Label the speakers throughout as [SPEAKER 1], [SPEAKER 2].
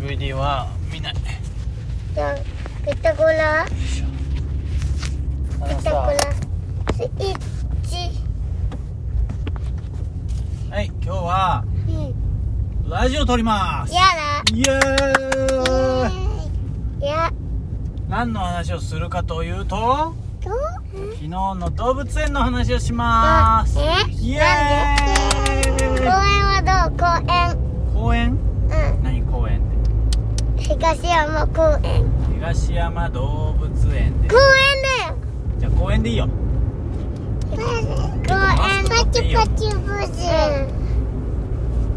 [SPEAKER 1] DVD は見ない
[SPEAKER 2] じゃあピタゴラピ
[SPEAKER 1] あの
[SPEAKER 2] タゴ
[SPEAKER 1] さ
[SPEAKER 2] ラスイッチ
[SPEAKER 1] はい今日は
[SPEAKER 2] うん
[SPEAKER 1] ラジオ撮ります
[SPEAKER 2] やだ
[SPEAKER 1] イエ
[SPEAKER 2] う
[SPEAKER 1] ーイ
[SPEAKER 2] ーんいや
[SPEAKER 1] 何の話をするかというと
[SPEAKER 2] どう
[SPEAKER 1] 昨日の動物園の話をします
[SPEAKER 2] え
[SPEAKER 1] イエ
[SPEAKER 2] 公園
[SPEAKER 1] ーイ
[SPEAKER 2] はどう公園
[SPEAKER 1] 公園
[SPEAKER 2] う
[SPEAKER 1] 何公園っ
[SPEAKER 2] ん東山公園
[SPEAKER 1] て東山動物園で
[SPEAKER 2] 公園
[SPEAKER 1] じゃあ公園でいいよ
[SPEAKER 2] だよ公園パチパチブース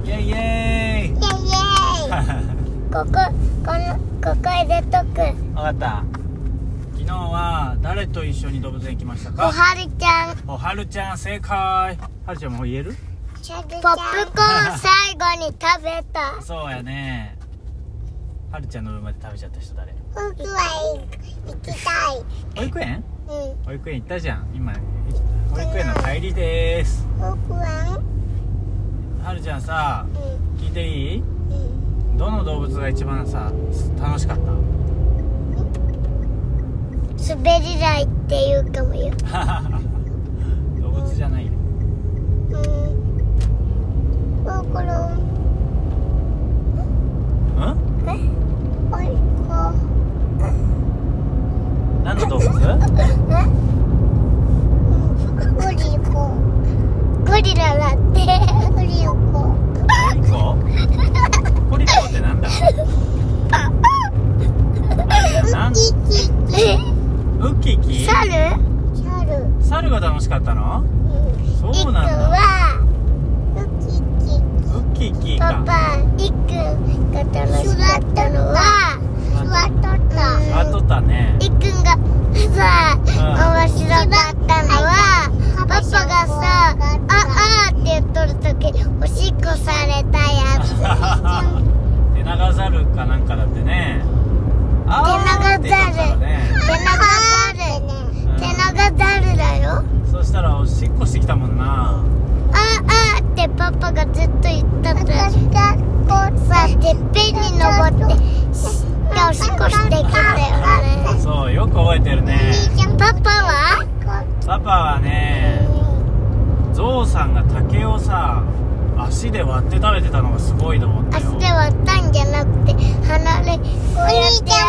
[SPEAKER 1] イエイイエーイ
[SPEAKER 2] イエイイ こここのここ入れとく
[SPEAKER 1] 分かった昨日は誰と一緒に動物園行きました
[SPEAKER 2] お
[SPEAKER 1] か
[SPEAKER 2] はるちゃん
[SPEAKER 1] おはるちゃん正解はるちゃんもう言える
[SPEAKER 2] ポップコーン最後に食べた
[SPEAKER 1] そうやねはるちゃんの分まで食べちゃった人誰
[SPEAKER 2] 僕は行きたい
[SPEAKER 1] 保育園
[SPEAKER 2] うん
[SPEAKER 1] 保育園行ったじゃん今保育園の帰りです
[SPEAKER 2] 僕は
[SPEAKER 1] はるちゃんさ
[SPEAKER 2] う
[SPEAKER 1] 聞いていい
[SPEAKER 2] んうん
[SPEAKER 1] どの動物が一番さ楽しかっ
[SPEAKER 2] 滑り台っていうかもよ
[SPEAKER 1] た 動物じゃないよ
[SPEAKER 2] うんコロコロ
[SPEAKER 1] ん
[SPEAKER 2] えおいこ
[SPEAKER 1] 何の動物
[SPEAKER 2] えうんゴリコゴリラだってゴリコ
[SPEAKER 1] コリココリコってなんだなん
[SPEAKER 2] キキキ
[SPEAKER 1] ウッキーキー
[SPEAKER 2] 猿猿
[SPEAKER 1] 猿が楽しかったのそうなんだ
[SPEAKER 2] は
[SPEAKER 1] ウ
[SPEAKER 2] キキ
[SPEAKER 1] ッキーキー
[SPEAKER 2] パ
[SPEAKER 1] か
[SPEAKER 2] パ、いっくんが楽しかったのは座っとった
[SPEAKER 1] 座っとったね
[SPEAKER 2] いっくんがさ、面白かったのはパパがさ「ああ」って言っとる時おしっこされたやつ
[SPEAKER 1] テナガザルかなんかだってねあーって言っとったからね
[SPEAKER 2] 手 長ザル手長ザルだよ
[SPEAKER 1] そしたらおしっこしてきたもんな
[SPEAKER 2] 「ああ」ってパパがずっと言ったとさてっぺんに登っておしっこしてきたよね
[SPEAKER 1] そうよく覚えてるね
[SPEAKER 2] パパは
[SPEAKER 1] パパはねゾウさんが竹をさ足で割って食べてたのがすごいと思ったよ
[SPEAKER 2] 足で割ったんじゃなくて離れこうやってや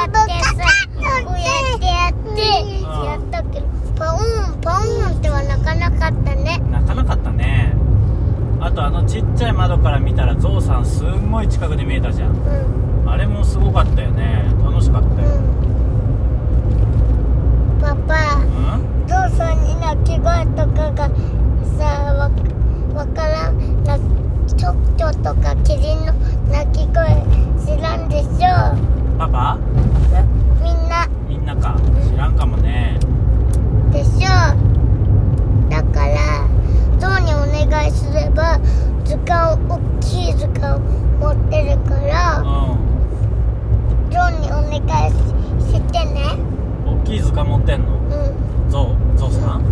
[SPEAKER 2] ってさこうやってやってやったけどパオンパオンってはなかなかったね
[SPEAKER 1] なかなかったねあとあのちっちゃい窓から見たらゾウさんすんごい近くで見えたじゃん
[SPEAKER 2] うん
[SPEAKER 1] あれもすごかったよね楽しかった
[SPEAKER 2] う
[SPEAKER 1] よ
[SPEAKER 2] んパパ
[SPEAKER 1] うん
[SPEAKER 2] 父さんに鳴き声とかがさわわからんなちょっととかキリンの鳴き声知らんでしょ
[SPEAKER 1] パパ
[SPEAKER 2] みんな
[SPEAKER 1] みんなか知らんかもね
[SPEAKER 2] でしょだからゾウにお願いすれば図鑑を大きい図鑑を持ってるか
[SPEAKER 1] う
[SPEAKER 2] ら
[SPEAKER 1] ん
[SPEAKER 2] ゾウにお願いししてね
[SPEAKER 1] 大きい図鑑持ってんの
[SPEAKER 2] うん
[SPEAKER 1] ゾウゾウさん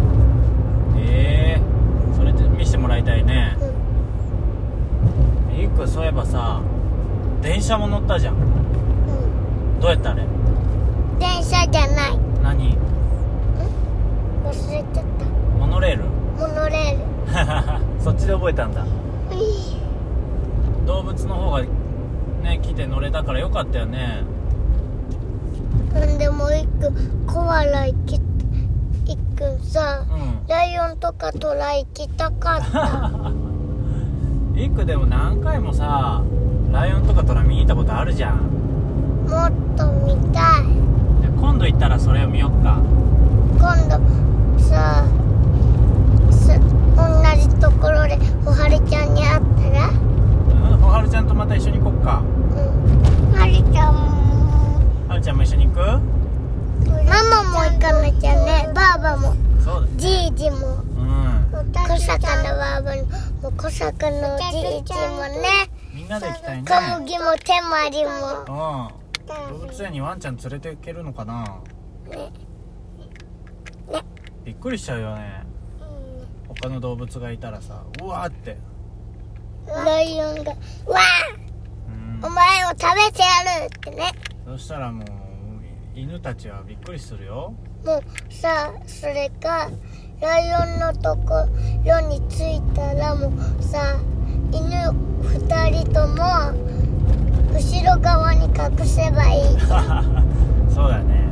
[SPEAKER 1] へえそれで見せてもらいたいね
[SPEAKER 2] うん
[SPEAKER 1] ゆっくんそういえばさ電車も乗ったじゃん
[SPEAKER 2] う
[SPEAKER 1] どうやったあれ
[SPEAKER 2] ん電車じゃない
[SPEAKER 1] 何
[SPEAKER 2] 忘れちゃっ
[SPEAKER 1] モノレール
[SPEAKER 2] たモノレー ル
[SPEAKER 1] そっちで覚えたんだ
[SPEAKER 2] うい
[SPEAKER 1] 動物の方がね来て乗れたからよかったよね
[SPEAKER 2] うんでもいっくんコアラ行きいっくんさ
[SPEAKER 1] う
[SPEAKER 2] ライオンとかトラ行きたかった
[SPEAKER 1] んいくでも何回もさライオンとかトラ見に行ったことあるじゃん
[SPEAKER 2] もっと見たい
[SPEAKER 1] じゃあ今度行ったらそれを見よっか
[SPEAKER 2] 今度さす同じところでおはるちゃんに会ったら
[SPEAKER 1] うんおはるちゃんとまた一緒に行こっか
[SPEAKER 2] うんはるちゃん
[SPEAKER 1] はるちゃんも一緒に行く
[SPEAKER 2] ママも行かなきゃねばあばも
[SPEAKER 1] そう
[SPEAKER 2] じいじも
[SPEAKER 1] だうん
[SPEAKER 2] 小坂のばあばも小坂のじいじもね
[SPEAKER 1] みんなで行きたいね
[SPEAKER 2] 小麦も手まりも
[SPEAKER 1] うん動物園にワンちゃん連れて行けるのかな
[SPEAKER 2] ね
[SPEAKER 1] びっくりしちゃうよね他の動物がいたらさうわーって
[SPEAKER 2] ライオンがわ
[SPEAKER 1] うん
[SPEAKER 2] お前を食べてやるってね
[SPEAKER 1] そしたらもう犬たちはびっくりするよ
[SPEAKER 2] もうさそれかライオンのところに着いたらもうさ犬2人とも後ろ側に隠せばいい
[SPEAKER 1] そうだね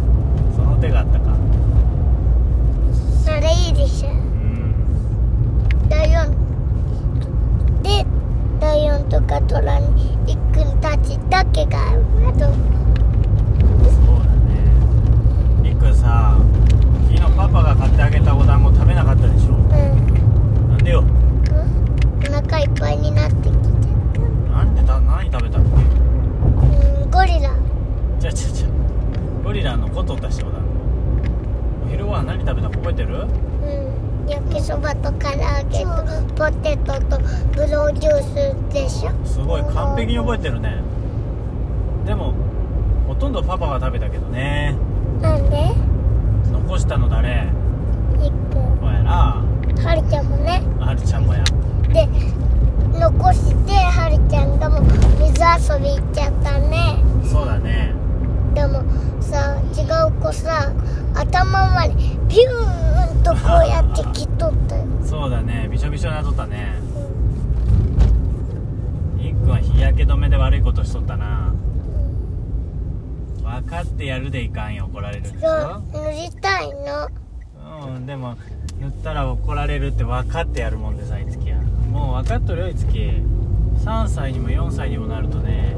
[SPEAKER 1] その手があったか
[SPEAKER 2] それいいでしょ
[SPEAKER 1] うん
[SPEAKER 2] ライオンでライオンとかトラにいくんたちだけがあると
[SPEAKER 1] そうだねりっくんさ昨日パパが買ってあげたお団子食べなかったでしょ
[SPEAKER 2] うん
[SPEAKER 1] なんでよ
[SPEAKER 2] お腹いっぱいになってきちゃった
[SPEAKER 1] なんでた何食べたっけ
[SPEAKER 2] うんゴリラ
[SPEAKER 1] じゃあじゃあじゃあゴリラのコトったしお団子お昼ご飯何食べたか覚えてる
[SPEAKER 2] うん焼きそばと唐揚げとポテトとブドウジュースでしょ
[SPEAKER 1] すごい完璧に覚えてるねでもほとんどパパが食べたけどね
[SPEAKER 2] なんで
[SPEAKER 1] 残したの誰
[SPEAKER 2] いく
[SPEAKER 1] おやら
[SPEAKER 2] はるちゃんもね
[SPEAKER 1] はるちゃんもや
[SPEAKER 2] で残してはるちゃんがもう水遊び行っちゃったね
[SPEAKER 1] そうだね
[SPEAKER 2] でもさ違う子さ頭までビューンとこうやって切っとっ たよ、
[SPEAKER 1] そうだねびしょびしょになっとったねりっくんは日焼け止めで悪いことしとったな分かってやるでいかんよ怒られるんですよ
[SPEAKER 2] うん、塗りたいの
[SPEAKER 1] うんでも言ったら怒られるって分かってやるもんでさいつきはもう分かっとるよいつき3歳にも4歳にもなるとね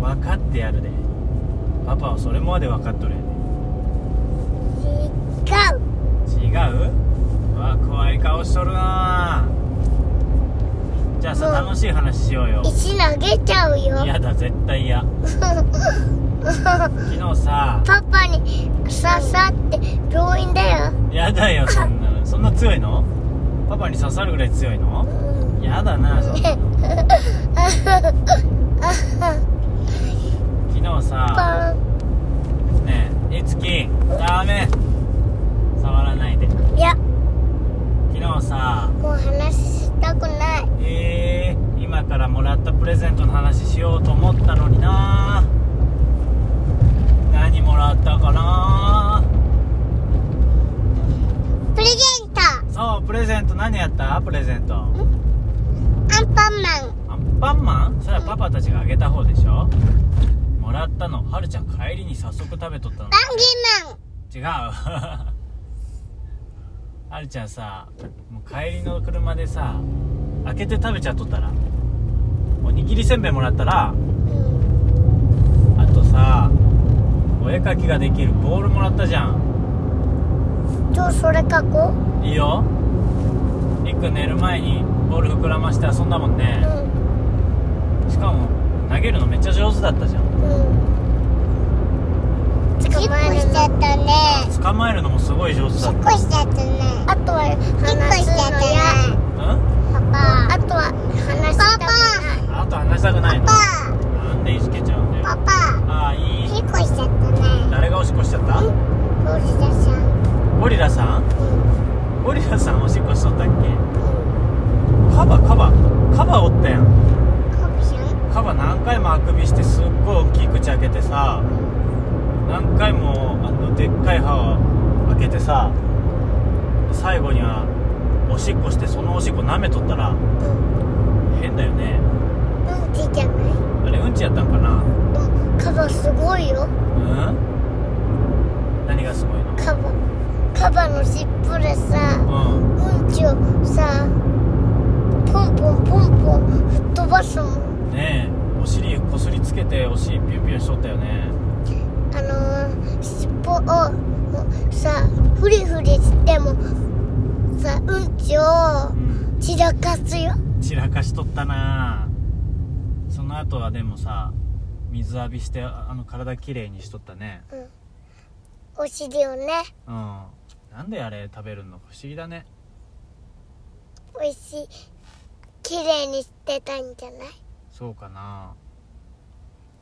[SPEAKER 1] 分かってやるでパパはそれまで分かっとるやで
[SPEAKER 2] 違う
[SPEAKER 1] 違ううわ怖い顔しとるなじゃあさ
[SPEAKER 2] うん
[SPEAKER 1] 楽しい話しようよ
[SPEAKER 2] 石投げちゃうよ
[SPEAKER 1] 嫌だ絶対嫌昨日さ
[SPEAKER 2] パパに刺さって病院だよ、
[SPEAKER 1] 嫌だよそんなのそんな強いのパパに刺さるぐらい強いの
[SPEAKER 2] うん、
[SPEAKER 1] 嫌だなそんなの昨日
[SPEAKER 2] パ
[SPEAKER 1] さ
[SPEAKER 2] ン
[SPEAKER 1] ねえいつきダメ触らないで
[SPEAKER 2] いや
[SPEAKER 1] 昨日さ
[SPEAKER 2] もう話したくない
[SPEAKER 1] えー、今からもらったプレゼントの話しようと思ったのにな何もらったかな
[SPEAKER 2] プレゼント
[SPEAKER 1] そうプレゼント何やったプレゼント
[SPEAKER 2] アンパンマン
[SPEAKER 1] アンパンマンそれはパパたちがあげた方でしょもらったのはるちゃん帰りに早速食べとったの
[SPEAKER 2] バンギ
[SPEAKER 1] 違
[SPEAKER 2] ーマン
[SPEAKER 1] う はるちゃんさもう帰りの車でさ開けて食べちゃっとったらおにぎりせんべいもらったら
[SPEAKER 2] うん
[SPEAKER 1] あとさお絵かきができるボールもらったじゃん
[SPEAKER 2] じゃあそれ書こう
[SPEAKER 1] いいよりっくん寝る前にボール膨らまして遊んだもんね
[SPEAKER 2] う
[SPEAKER 1] しかも投げるのめっちゃ上手だったじゃん
[SPEAKER 2] んうん捕まえるの
[SPEAKER 3] たね。
[SPEAKER 1] 捕まえるのもすごい上手だっ
[SPEAKER 3] こしちゃったね。
[SPEAKER 2] あとは
[SPEAKER 3] 一
[SPEAKER 2] 話
[SPEAKER 3] 個
[SPEAKER 2] す
[SPEAKER 3] しちゃった
[SPEAKER 2] の
[SPEAKER 3] ね
[SPEAKER 2] や。
[SPEAKER 1] たうん
[SPEAKER 3] パパ。
[SPEAKER 2] あとは話したくない
[SPEAKER 1] あと話したくないの
[SPEAKER 3] パ
[SPEAKER 1] なんでいじけちゃうんだよ
[SPEAKER 3] パ。パパ。
[SPEAKER 1] ああいい
[SPEAKER 3] 一個しちゃったね。
[SPEAKER 1] 誰がおしっこしちゃった
[SPEAKER 3] ゴリラさん。
[SPEAKER 1] ゴリラさんゴ
[SPEAKER 3] うん。
[SPEAKER 1] リラさんおしっこしとったっけカバカバカバおったやん
[SPEAKER 3] コブさん。
[SPEAKER 1] カバ何回もあくびしてすっごい大きい口開けてさ何回もあのでっかい歯を開けてさ最後にはおしっこしてそのおしっこ舐めとったら
[SPEAKER 2] うん
[SPEAKER 1] 変だよね
[SPEAKER 2] うんちじゃない
[SPEAKER 1] あれうんちやったんかな
[SPEAKER 2] でもカバすごいよ
[SPEAKER 1] うん何がすごいの
[SPEAKER 2] カバカバの尻尾でさ
[SPEAKER 1] うん
[SPEAKER 2] うんちをさポンポンポンポン吹っ飛ばすもん
[SPEAKER 1] ねえお尻こすりつけてお尻ピュンピュンしとったよね
[SPEAKER 2] あのー、尻尾をもうさフリフリしてもさうんちを
[SPEAKER 1] うん
[SPEAKER 2] 散らかすよ
[SPEAKER 1] 散らかしとったなあその後はでもさ水浴びしてああの体きれいにしとったね
[SPEAKER 2] お尻をね
[SPEAKER 1] うんなんであれ食べるのか不思議だね
[SPEAKER 2] 美味しい綺麗にしてたんじゃない
[SPEAKER 1] そうかな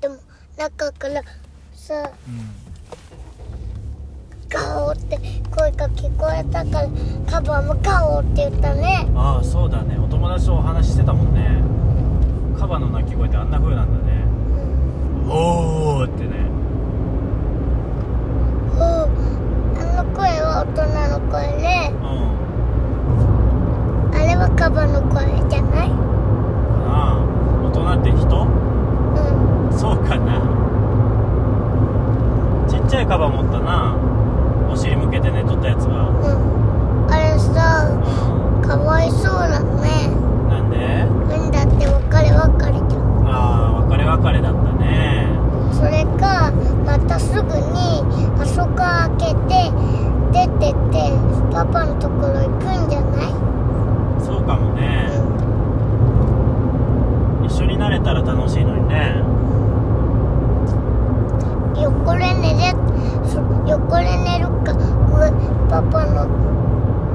[SPEAKER 2] でも中からさ
[SPEAKER 1] うん
[SPEAKER 2] ガオって声が聞こえたからカバもガオって言ったね
[SPEAKER 1] ああそうだねお友達とお話ししてたもんねカバの鳴き声ってあんな風なんだねおーってね
[SPEAKER 2] おあの声は大人の声で
[SPEAKER 1] うん
[SPEAKER 2] あれはカバの声じゃない
[SPEAKER 1] ああ大人って人
[SPEAKER 2] うん
[SPEAKER 1] そうかなちっちゃいカバ持ったなお尻向けて寝とったやつが
[SPEAKER 2] うんあれさ
[SPEAKER 1] う
[SPEAKER 2] かわいそうだね
[SPEAKER 1] んなんで
[SPEAKER 2] うんだって別れ別れじゃん
[SPEAKER 1] ああ別れ別れだったね
[SPEAKER 2] それかまたすぐにあそこ開けて出てってパパのところ行くんじゃない
[SPEAKER 1] そうかもね一緒になれたら楽しいのにね
[SPEAKER 2] 横で寝れそ横で寝るか上パパの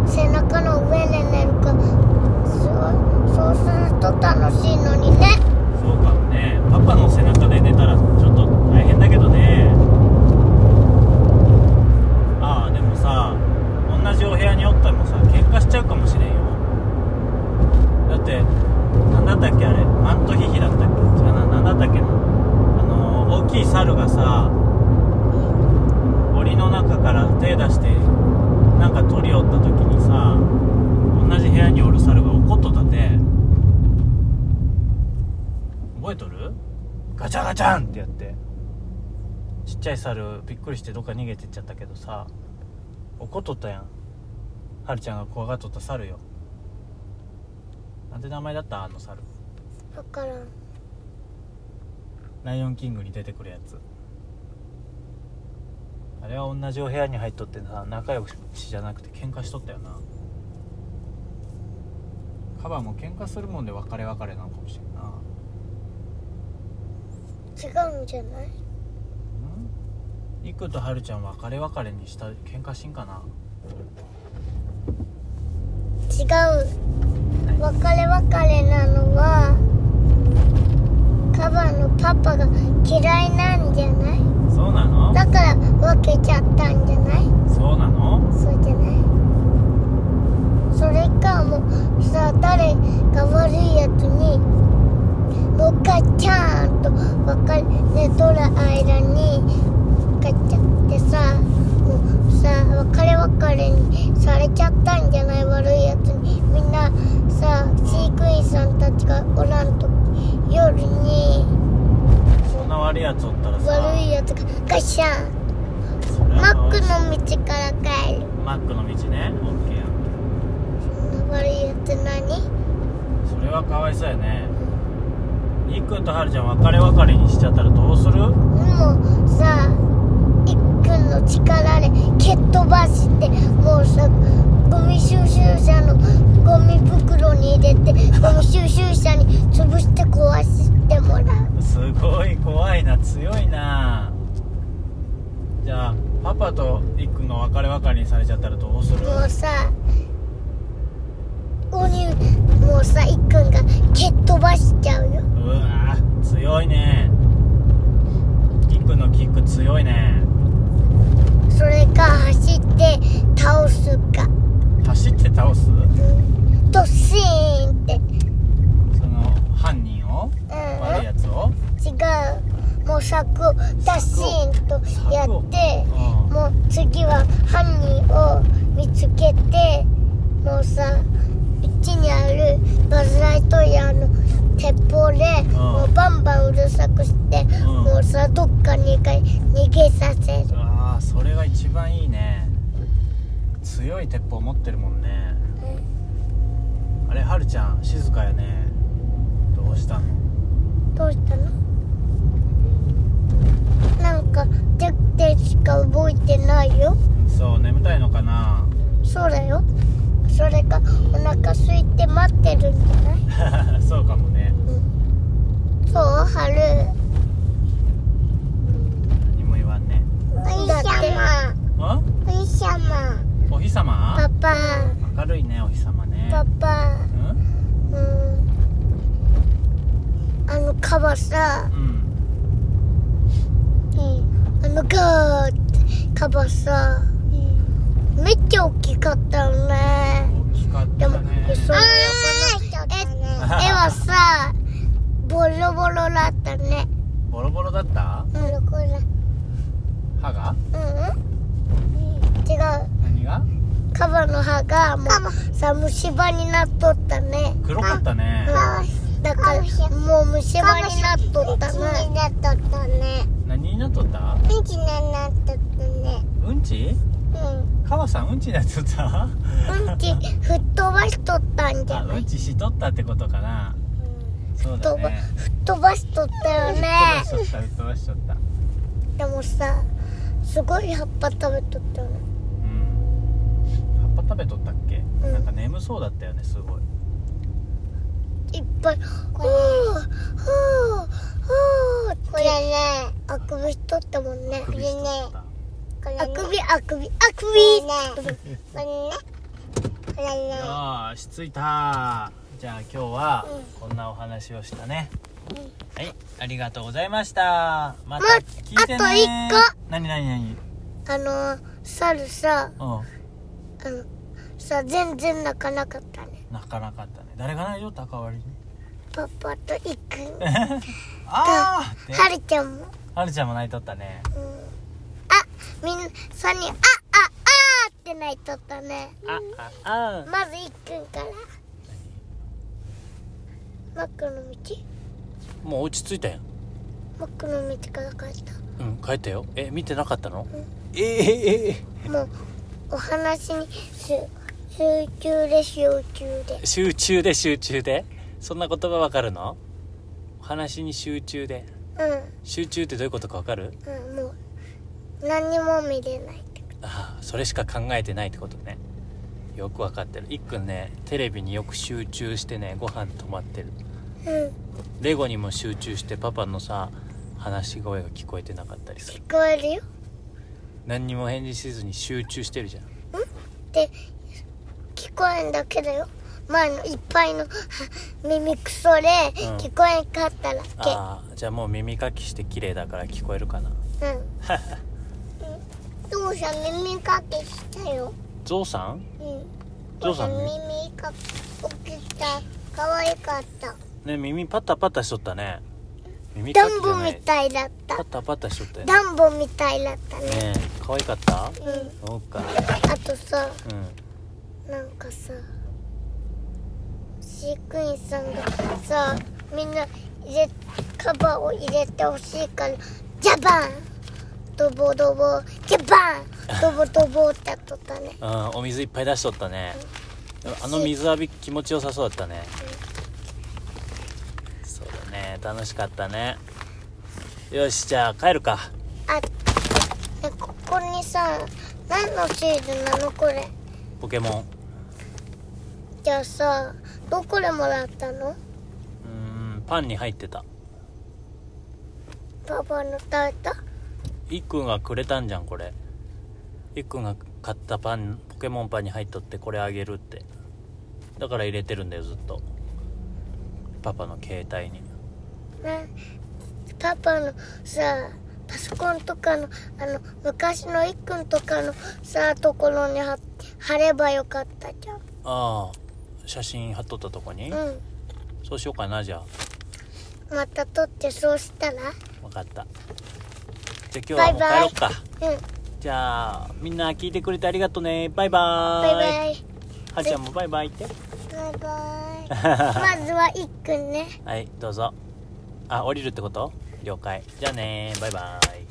[SPEAKER 2] 背中の上で寝るかそうそうすると楽しいのにね
[SPEAKER 1] そうかもねパパの背中で寝たらちょっと大変だけどねああでもさ同じお部屋におったらもさ喧嘩しちゃうかもしれんよだって何だったっけあれマントヒヒだったっけ違うな何だったっけなあの大きい猿がさ檻の中から手出してなんか取り寄った時にさ同じ部屋におる猿が怒っとったて覚えとるガチャガチャンってやってちっちゃい猿びっくりしてどっか逃げてっちゃったけどさ怒っとったやんはるちゃんが怖がっとった猿よなんて名前だったあの猿
[SPEAKER 2] だからん
[SPEAKER 1] ライオンキングに出てくるやつあれは同じお部屋に入っとってさ仲良しじゃなくて喧嘩しとったよなカバも喧嘩するもんで別れ別れなのかもしれんな
[SPEAKER 2] 違うんじゃない
[SPEAKER 1] んいくとはるちゃん別れ別れにした喧嘩しんかな
[SPEAKER 2] 違う別れ別れなのはカバのパパが嫌いなんじゃない
[SPEAKER 1] そうなの
[SPEAKER 2] だから分けちゃったんじゃない
[SPEAKER 1] そうなの
[SPEAKER 2] そうじゃないそれかもうさ誰が悪いやつにもうガチャーンと別れ寝とる間にガチャってさもうさ別れ別れにされちゃったんじゃない悪いやつにみんなさ飼育員さんたちがおらんと夜に
[SPEAKER 1] そんな悪いやつおったらさ
[SPEAKER 2] 悪いやつがガシャン
[SPEAKER 1] それ
[SPEAKER 2] マ
[SPEAKER 1] はか
[SPEAKER 2] ッ
[SPEAKER 1] わい
[SPEAKER 2] ク
[SPEAKER 1] そう
[SPEAKER 2] の道から帰る
[SPEAKER 1] マックの道ねオッケーやん
[SPEAKER 2] そんな悪いやつ何
[SPEAKER 1] それはかわいそうやねいくとはるちゃん別れ別れにしちゃったらどうする
[SPEAKER 2] でもさいっくんの力で蹴っ飛ばしてもうさゴミ収集車のゴミ袋に入れてゴミ収集車に潰して壊してもらう
[SPEAKER 1] すごい怖いな強いなじゃあパパといくの別れ別れにされちゃったらどうする
[SPEAKER 2] もうさ鬼もうさいっくんが蹴っ飛ばしちゃうよ
[SPEAKER 1] うわー強いねキックのキック強いね
[SPEAKER 2] それか走って倒すか
[SPEAKER 1] 走って倒す
[SPEAKER 2] ドシーンって
[SPEAKER 1] その犯人を悪いやつを
[SPEAKER 2] 違うもう柵をダシーンとや
[SPEAKER 1] 柵を
[SPEAKER 2] って
[SPEAKER 1] うん
[SPEAKER 2] もう次は犯人を見つけてもうさうちにあるバズライトイヤーの鉄砲で
[SPEAKER 1] ん
[SPEAKER 2] もうバンバンうるさくして
[SPEAKER 1] うん
[SPEAKER 2] もうさどっかにか逃げさせる
[SPEAKER 1] ああそれが一番いいね強い鉄砲持ってるもんねあれはるちゃん静かやねどうしたの
[SPEAKER 2] どうしたのなんかテクテクしか動いてないよ
[SPEAKER 1] そう眠たいのかな
[SPEAKER 2] そうだよそれかお腹空いて待ってるんじゃない
[SPEAKER 1] そうかもね
[SPEAKER 2] そうはる
[SPEAKER 1] 何も言わんね
[SPEAKER 3] お日様
[SPEAKER 1] あ
[SPEAKER 3] お日様
[SPEAKER 1] お日様
[SPEAKER 2] パ
[SPEAKER 1] 明
[SPEAKER 2] パ
[SPEAKER 1] るいねお日様ね
[SPEAKER 2] パパ
[SPEAKER 1] うん
[SPEAKER 2] うんあのカバさ、
[SPEAKER 1] うん
[SPEAKER 2] うん、あのガーってカバさ、めっちゃ大きかったよね
[SPEAKER 1] 大きかっ
[SPEAKER 2] で
[SPEAKER 1] た
[SPEAKER 2] も、
[SPEAKER 1] ね
[SPEAKER 2] そう
[SPEAKER 3] あー
[SPEAKER 2] 絵はさボロボロだったね
[SPEAKER 1] ボロボロだった
[SPEAKER 2] ボロボロ
[SPEAKER 1] 歯が
[SPEAKER 2] うん違う
[SPEAKER 1] 何が
[SPEAKER 2] カバの歯がも
[SPEAKER 3] カバ
[SPEAKER 2] うさ虫歯になっとったね
[SPEAKER 1] 黒かったね
[SPEAKER 3] かわい
[SPEAKER 2] だから
[SPEAKER 3] カバ
[SPEAKER 2] もう虫歯になっとった
[SPEAKER 3] ね。
[SPEAKER 2] ね
[SPEAKER 3] なっとったね。
[SPEAKER 1] 何になっとった
[SPEAKER 3] ピンチになっとったね。
[SPEAKER 1] うんち
[SPEAKER 3] うん。
[SPEAKER 1] 川さんうんちになっとった
[SPEAKER 2] うんち吹っ飛ばしとったんじゃ
[SPEAKER 1] あ
[SPEAKER 2] な
[SPEAKER 1] う
[SPEAKER 2] い
[SPEAKER 1] んちしとったってことかなそうだ
[SPEAKER 2] 飛ば
[SPEAKER 1] ね
[SPEAKER 2] 吹っ飛ばしとったよね
[SPEAKER 1] うっとばしとったうっとばしとった
[SPEAKER 2] でもさすごい葉っぱ食べとったよね
[SPEAKER 1] うん葉っぱ食べとったっけ、
[SPEAKER 2] ん
[SPEAKER 1] なんか眠そうだったよねすごい
[SPEAKER 2] いっぱい「ふうふうふう」っ
[SPEAKER 3] これ
[SPEAKER 2] て
[SPEAKER 3] ね、
[SPEAKER 2] あくびしとったもんね
[SPEAKER 1] 首しとった
[SPEAKER 3] これね。
[SPEAKER 2] あくびあくびあく
[SPEAKER 3] これね。これ ね。これね。
[SPEAKER 1] よーし着いたじゃあ今日はこんなお話をしたね、はいありがとうございましたまた
[SPEAKER 2] ま
[SPEAKER 1] 聞いてね
[SPEAKER 2] あと一個
[SPEAKER 1] 何何何
[SPEAKER 2] びあの猿さ
[SPEAKER 1] うん
[SPEAKER 2] あのさ全然泣かなかったね
[SPEAKER 1] 泣かなかったね誰が泣いとった代わ りに
[SPEAKER 2] パパとイくん
[SPEAKER 1] あーって
[SPEAKER 2] はるちゃんも
[SPEAKER 1] はるちゃんも泣いとったね
[SPEAKER 2] あみんな3人あああーって泣いとったね
[SPEAKER 1] あああ
[SPEAKER 2] まずイくんからマックの道
[SPEAKER 1] もう落ち着いたやん
[SPEAKER 2] マックの道から帰った
[SPEAKER 1] うん帰ったよえ見てなかったの、
[SPEAKER 2] ん
[SPEAKER 1] えええ
[SPEAKER 2] もうお話に集集中で集中で
[SPEAKER 1] え集中で集中でそんな言葉わかるのお話に集中で集中ってどういうことかわかる
[SPEAKER 2] うん、うん、もう何にも見れない
[SPEAKER 1] ああそれしか考えてないってことねよくわかってるいっくんねテレビによく集中してねご飯止まってる
[SPEAKER 2] うん
[SPEAKER 1] レゴにも集中してパパのさ話し声が聞こえてなかったりする
[SPEAKER 2] 聞こえるよ
[SPEAKER 1] 何にも返事せずに集中してるじゃん
[SPEAKER 2] って聞こえんだけだよ前のいっぱいのは 耳くそで
[SPEAKER 1] うん
[SPEAKER 2] 聞こえんかったら
[SPEAKER 1] ああじゃあもう耳かきして綺麗だから聞こえるかな
[SPEAKER 2] けうん
[SPEAKER 3] どうした耳かきしたよ。
[SPEAKER 1] ゾウさん
[SPEAKER 3] うん。
[SPEAKER 1] ゾウさんね
[SPEAKER 3] 耳かきした。可愛かった。
[SPEAKER 1] ね耳パタパタしとったね耳か
[SPEAKER 2] ダ
[SPEAKER 1] き
[SPEAKER 2] ン
[SPEAKER 1] じゃ
[SPEAKER 2] ボ
[SPEAKER 1] な
[SPEAKER 2] み
[SPEAKER 1] い
[SPEAKER 2] たいだった
[SPEAKER 1] パタパタしとったよね
[SPEAKER 2] ダンボみたいだったね
[SPEAKER 1] ねえ可愛かった
[SPEAKER 2] うん
[SPEAKER 1] そうか
[SPEAKER 2] あとさ
[SPEAKER 1] う
[SPEAKER 2] なんかさ飼育員さんがさみんな入れカバーを入れてほしいからジャバンドボドボジャバンドボドボってやっとったね
[SPEAKER 1] ん、うん、お水いっぱい出しとったねでもあの水浴び気持ちよさそうだったねそうだね楽しかったねよしじゃあ帰るか
[SPEAKER 2] あでここにさ何のシールなのこれ
[SPEAKER 1] ポケモン
[SPEAKER 2] じゃあさどこでもらったの
[SPEAKER 1] うーんパンに入ってた
[SPEAKER 2] パパの食べた
[SPEAKER 1] いっくんがくれたんじゃんこれいっくんが買ったパンポケモンパンに入っとってこれあげるってだから入れてるんだよずっとパパの携帯に
[SPEAKER 2] ねパパのさパソコンとかのあの昔のいっくんとかのさところに貼っ貼ればよかったじゃん
[SPEAKER 1] ああ写真貼っとったとこに、
[SPEAKER 2] うん
[SPEAKER 1] そうしようかなじゃあ
[SPEAKER 2] また撮ってそうしたら
[SPEAKER 1] 分かったじゃあ今日はもう帰
[SPEAKER 2] バイバイ
[SPEAKER 1] ろっか
[SPEAKER 2] うん
[SPEAKER 1] じゃあみんな聞いてくれてありがとうねバイバ
[SPEAKER 2] バ
[SPEAKER 1] ー
[SPEAKER 2] イ
[SPEAKER 1] イ
[SPEAKER 2] バイ
[SPEAKER 1] はるちゃんもバイバイって
[SPEAKER 3] バイバイ。
[SPEAKER 1] は
[SPEAKER 2] まずはいっくんね
[SPEAKER 1] いどうぞあ降りるってこと了解じゃあねバイバイ